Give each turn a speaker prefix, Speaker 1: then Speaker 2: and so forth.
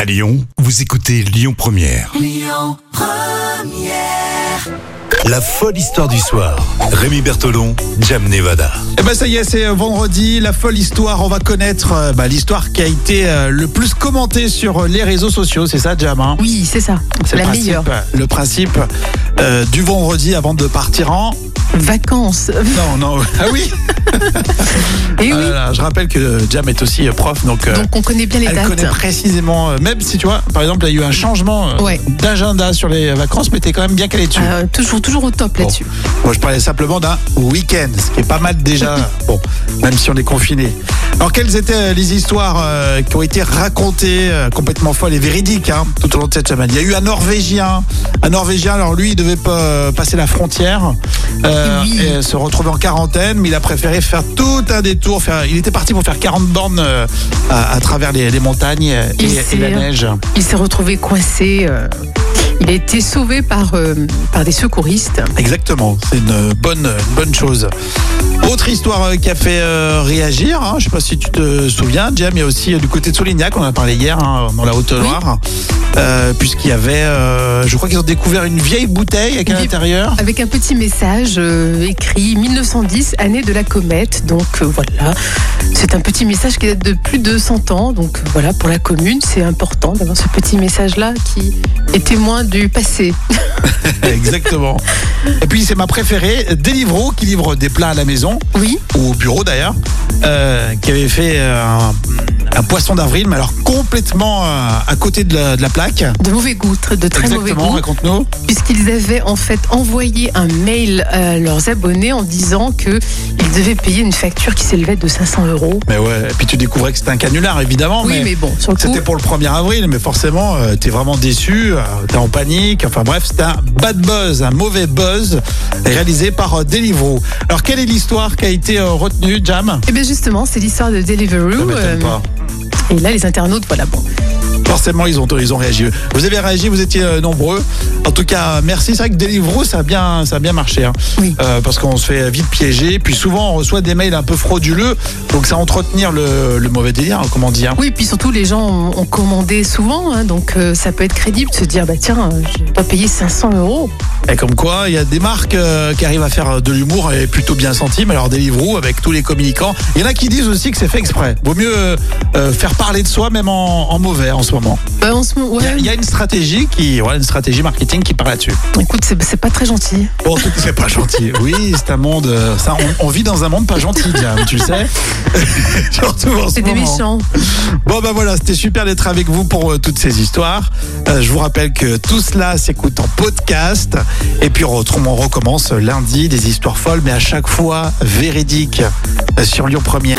Speaker 1: À Lyon, vous écoutez Lyon Première. La folle histoire du soir. Rémi Bertolon, Jam Nevada.
Speaker 2: Eh ben ça y est, c'est euh, vendredi, la folle histoire. On va connaître euh, bah, l'histoire qui a été euh, le plus commentée sur euh, les réseaux sociaux, c'est ça, Jam hein
Speaker 3: Oui, c'est ça.
Speaker 2: C'est le
Speaker 3: La
Speaker 2: principe,
Speaker 3: meilleure.
Speaker 2: euh, Le principe euh, du vendredi avant de partir en.
Speaker 3: Vacances.
Speaker 2: Non, non. Ah oui.
Speaker 3: Et
Speaker 2: Ah
Speaker 3: oui.
Speaker 2: là là, je rappelle que euh, Jam est aussi euh, prof, donc. euh,
Speaker 3: Donc on connaît bien les
Speaker 2: elle
Speaker 3: dates.
Speaker 2: connaît précisément, euh, même si tu vois, par exemple, il y a eu un changement euh,
Speaker 3: Ouais.
Speaker 2: d'agenda sur les vacances, mais t'es quand même bien calé dessus.
Speaker 3: Euh, toujours, toujours au top
Speaker 2: Bon.
Speaker 3: là-dessus.
Speaker 2: Moi, je parlais simplement d'un week-end, ce qui est pas mal déjà. bon, même si on est confiné. Alors, quelles étaient euh, les histoires euh, qui ont été racontées, euh, complètement folles et véridiques, hein, tout au long de cette semaine Il y a eu un Norvégien. Un Norvégien, alors lui, il devait pas, euh, passer la frontière euh,
Speaker 3: Oui.
Speaker 2: et se retrouver en quarantaine, mais il a préféré faire tout un détour. Faire, il était parti pour faire 40 bornes euh, à, à travers les, les montagnes euh, et,
Speaker 3: Il
Speaker 2: et la
Speaker 3: s'est-
Speaker 2: neige.
Speaker 3: Il s'est retrouvé coincé. euh, il a été sauvé par, euh, par des secouristes.
Speaker 2: Exactement, c'est une bonne, une bonne chose. Autre histoire euh, qui a fait euh, réagir, hein, je ne sais pas si tu te souviens, Jam, il y a aussi euh, du côté de Solignac, on en a parlé hier, hein, dans la Haute-Loire, euh, puisqu'il y avait, euh, je crois qu'ils ont découvert une vieille bouteille avec à
Speaker 3: Une vieille-
Speaker 2: l'intérieur.
Speaker 3: Avec un petit message euh, écrit 1910, année de la comète. Donc euh, voilà. C'est un petit message qui date de plus de 100 ans. Donc euh, voilà, pour la commune, c'est important d'avoir ce petit message-là qui est témoin du passé.
Speaker 2: Exactement. Et puis c'est ma préférée, Deliveroo, qui livre des plats à la maison,
Speaker 3: Oui.
Speaker 2: ou au bureau d'ailleurs, euh, qui avait fait euh, un, un poisson d'avril, mais alors complètement euh, à côté de la, de la plaque.
Speaker 3: De mauvais goût, tr- de très mauvais
Speaker 2: Exactement,
Speaker 3: goût.
Speaker 2: raconte-nous.
Speaker 3: puisqu'ils avaient en fait envoyé un mail à leurs abonnés en disant que ils devaient payer une facture qui s'élevait de 500 euros.
Speaker 2: Mais ouais, et puis tu découvrais que c'était un canular, évidemment.
Speaker 3: Oui, mais bon, sur le coup,
Speaker 2: C'était pour le 1er avril, mais forcément, euh, t'es vraiment déçu, euh, t'es en panique. Enfin bref, c'était un bad buzz, un mauvais buzz réalisé par euh, Deliveroo. Alors, quelle est l'histoire qui a été euh, retenue, Jam
Speaker 3: eh bien justement, c'est l'histoire de
Speaker 2: Ça
Speaker 3: Deliveroo.
Speaker 2: m'étonne
Speaker 3: euh,
Speaker 2: pas.
Speaker 3: et là, les internautes, voilà, bon.
Speaker 2: Forcément, ils ont, ils ont réagi. Vous avez réagi, vous étiez euh, nombreux. En tout cas, merci. C'est vrai que Deliveroo, ça a bien, ça a bien marché. hein.
Speaker 3: Oui.
Speaker 2: Euh, parce qu'on se fait vite piéger. Puis souvent, on reçoit des mails un peu frauduleux. Donc, ça entretenir le, le mauvais délire, hein, comment dire.
Speaker 3: Oui, puis surtout, les gens ont, ont commandé souvent, hein, donc euh, ça peut être crédible de se dire, bah tiens, euh, je vais pas payer 500 euros.
Speaker 2: Et comme quoi, il y a des marques euh, qui arrivent à faire de l'humour et plutôt bien senti, mais alors Deliveroo avec tous les communicants. Il y en a qui disent aussi que c'est fait exprès. Vaut mieux euh, euh, faire parler de soi, même en, en mauvais en ce moment.
Speaker 3: Bah, en ce moment,
Speaker 2: Il y a-
Speaker 3: ouais,
Speaker 2: il y, a une stratégie qui, voilà, une stratégie marketing qui part là-dessus.
Speaker 3: écoute, c'est c'est pas très gentil.
Speaker 2: Bon, en tout cas, c'est pas gentil. Oui, c'est un monde. euh, ça, on, on vit dans un monde pas gentil, Diane, tu le sais. Surtout en ce
Speaker 3: C'est des
Speaker 2: moment.
Speaker 3: méchants.
Speaker 2: Bon ben voilà, c'était super d'être avec vous pour euh, toutes ces histoires. Euh, je vous rappelle que tout cela s'écoute en podcast. Et puis on, retrouve, on recommence lundi des histoires folles, mais à chaque fois véridiques euh, sur Lyon Première.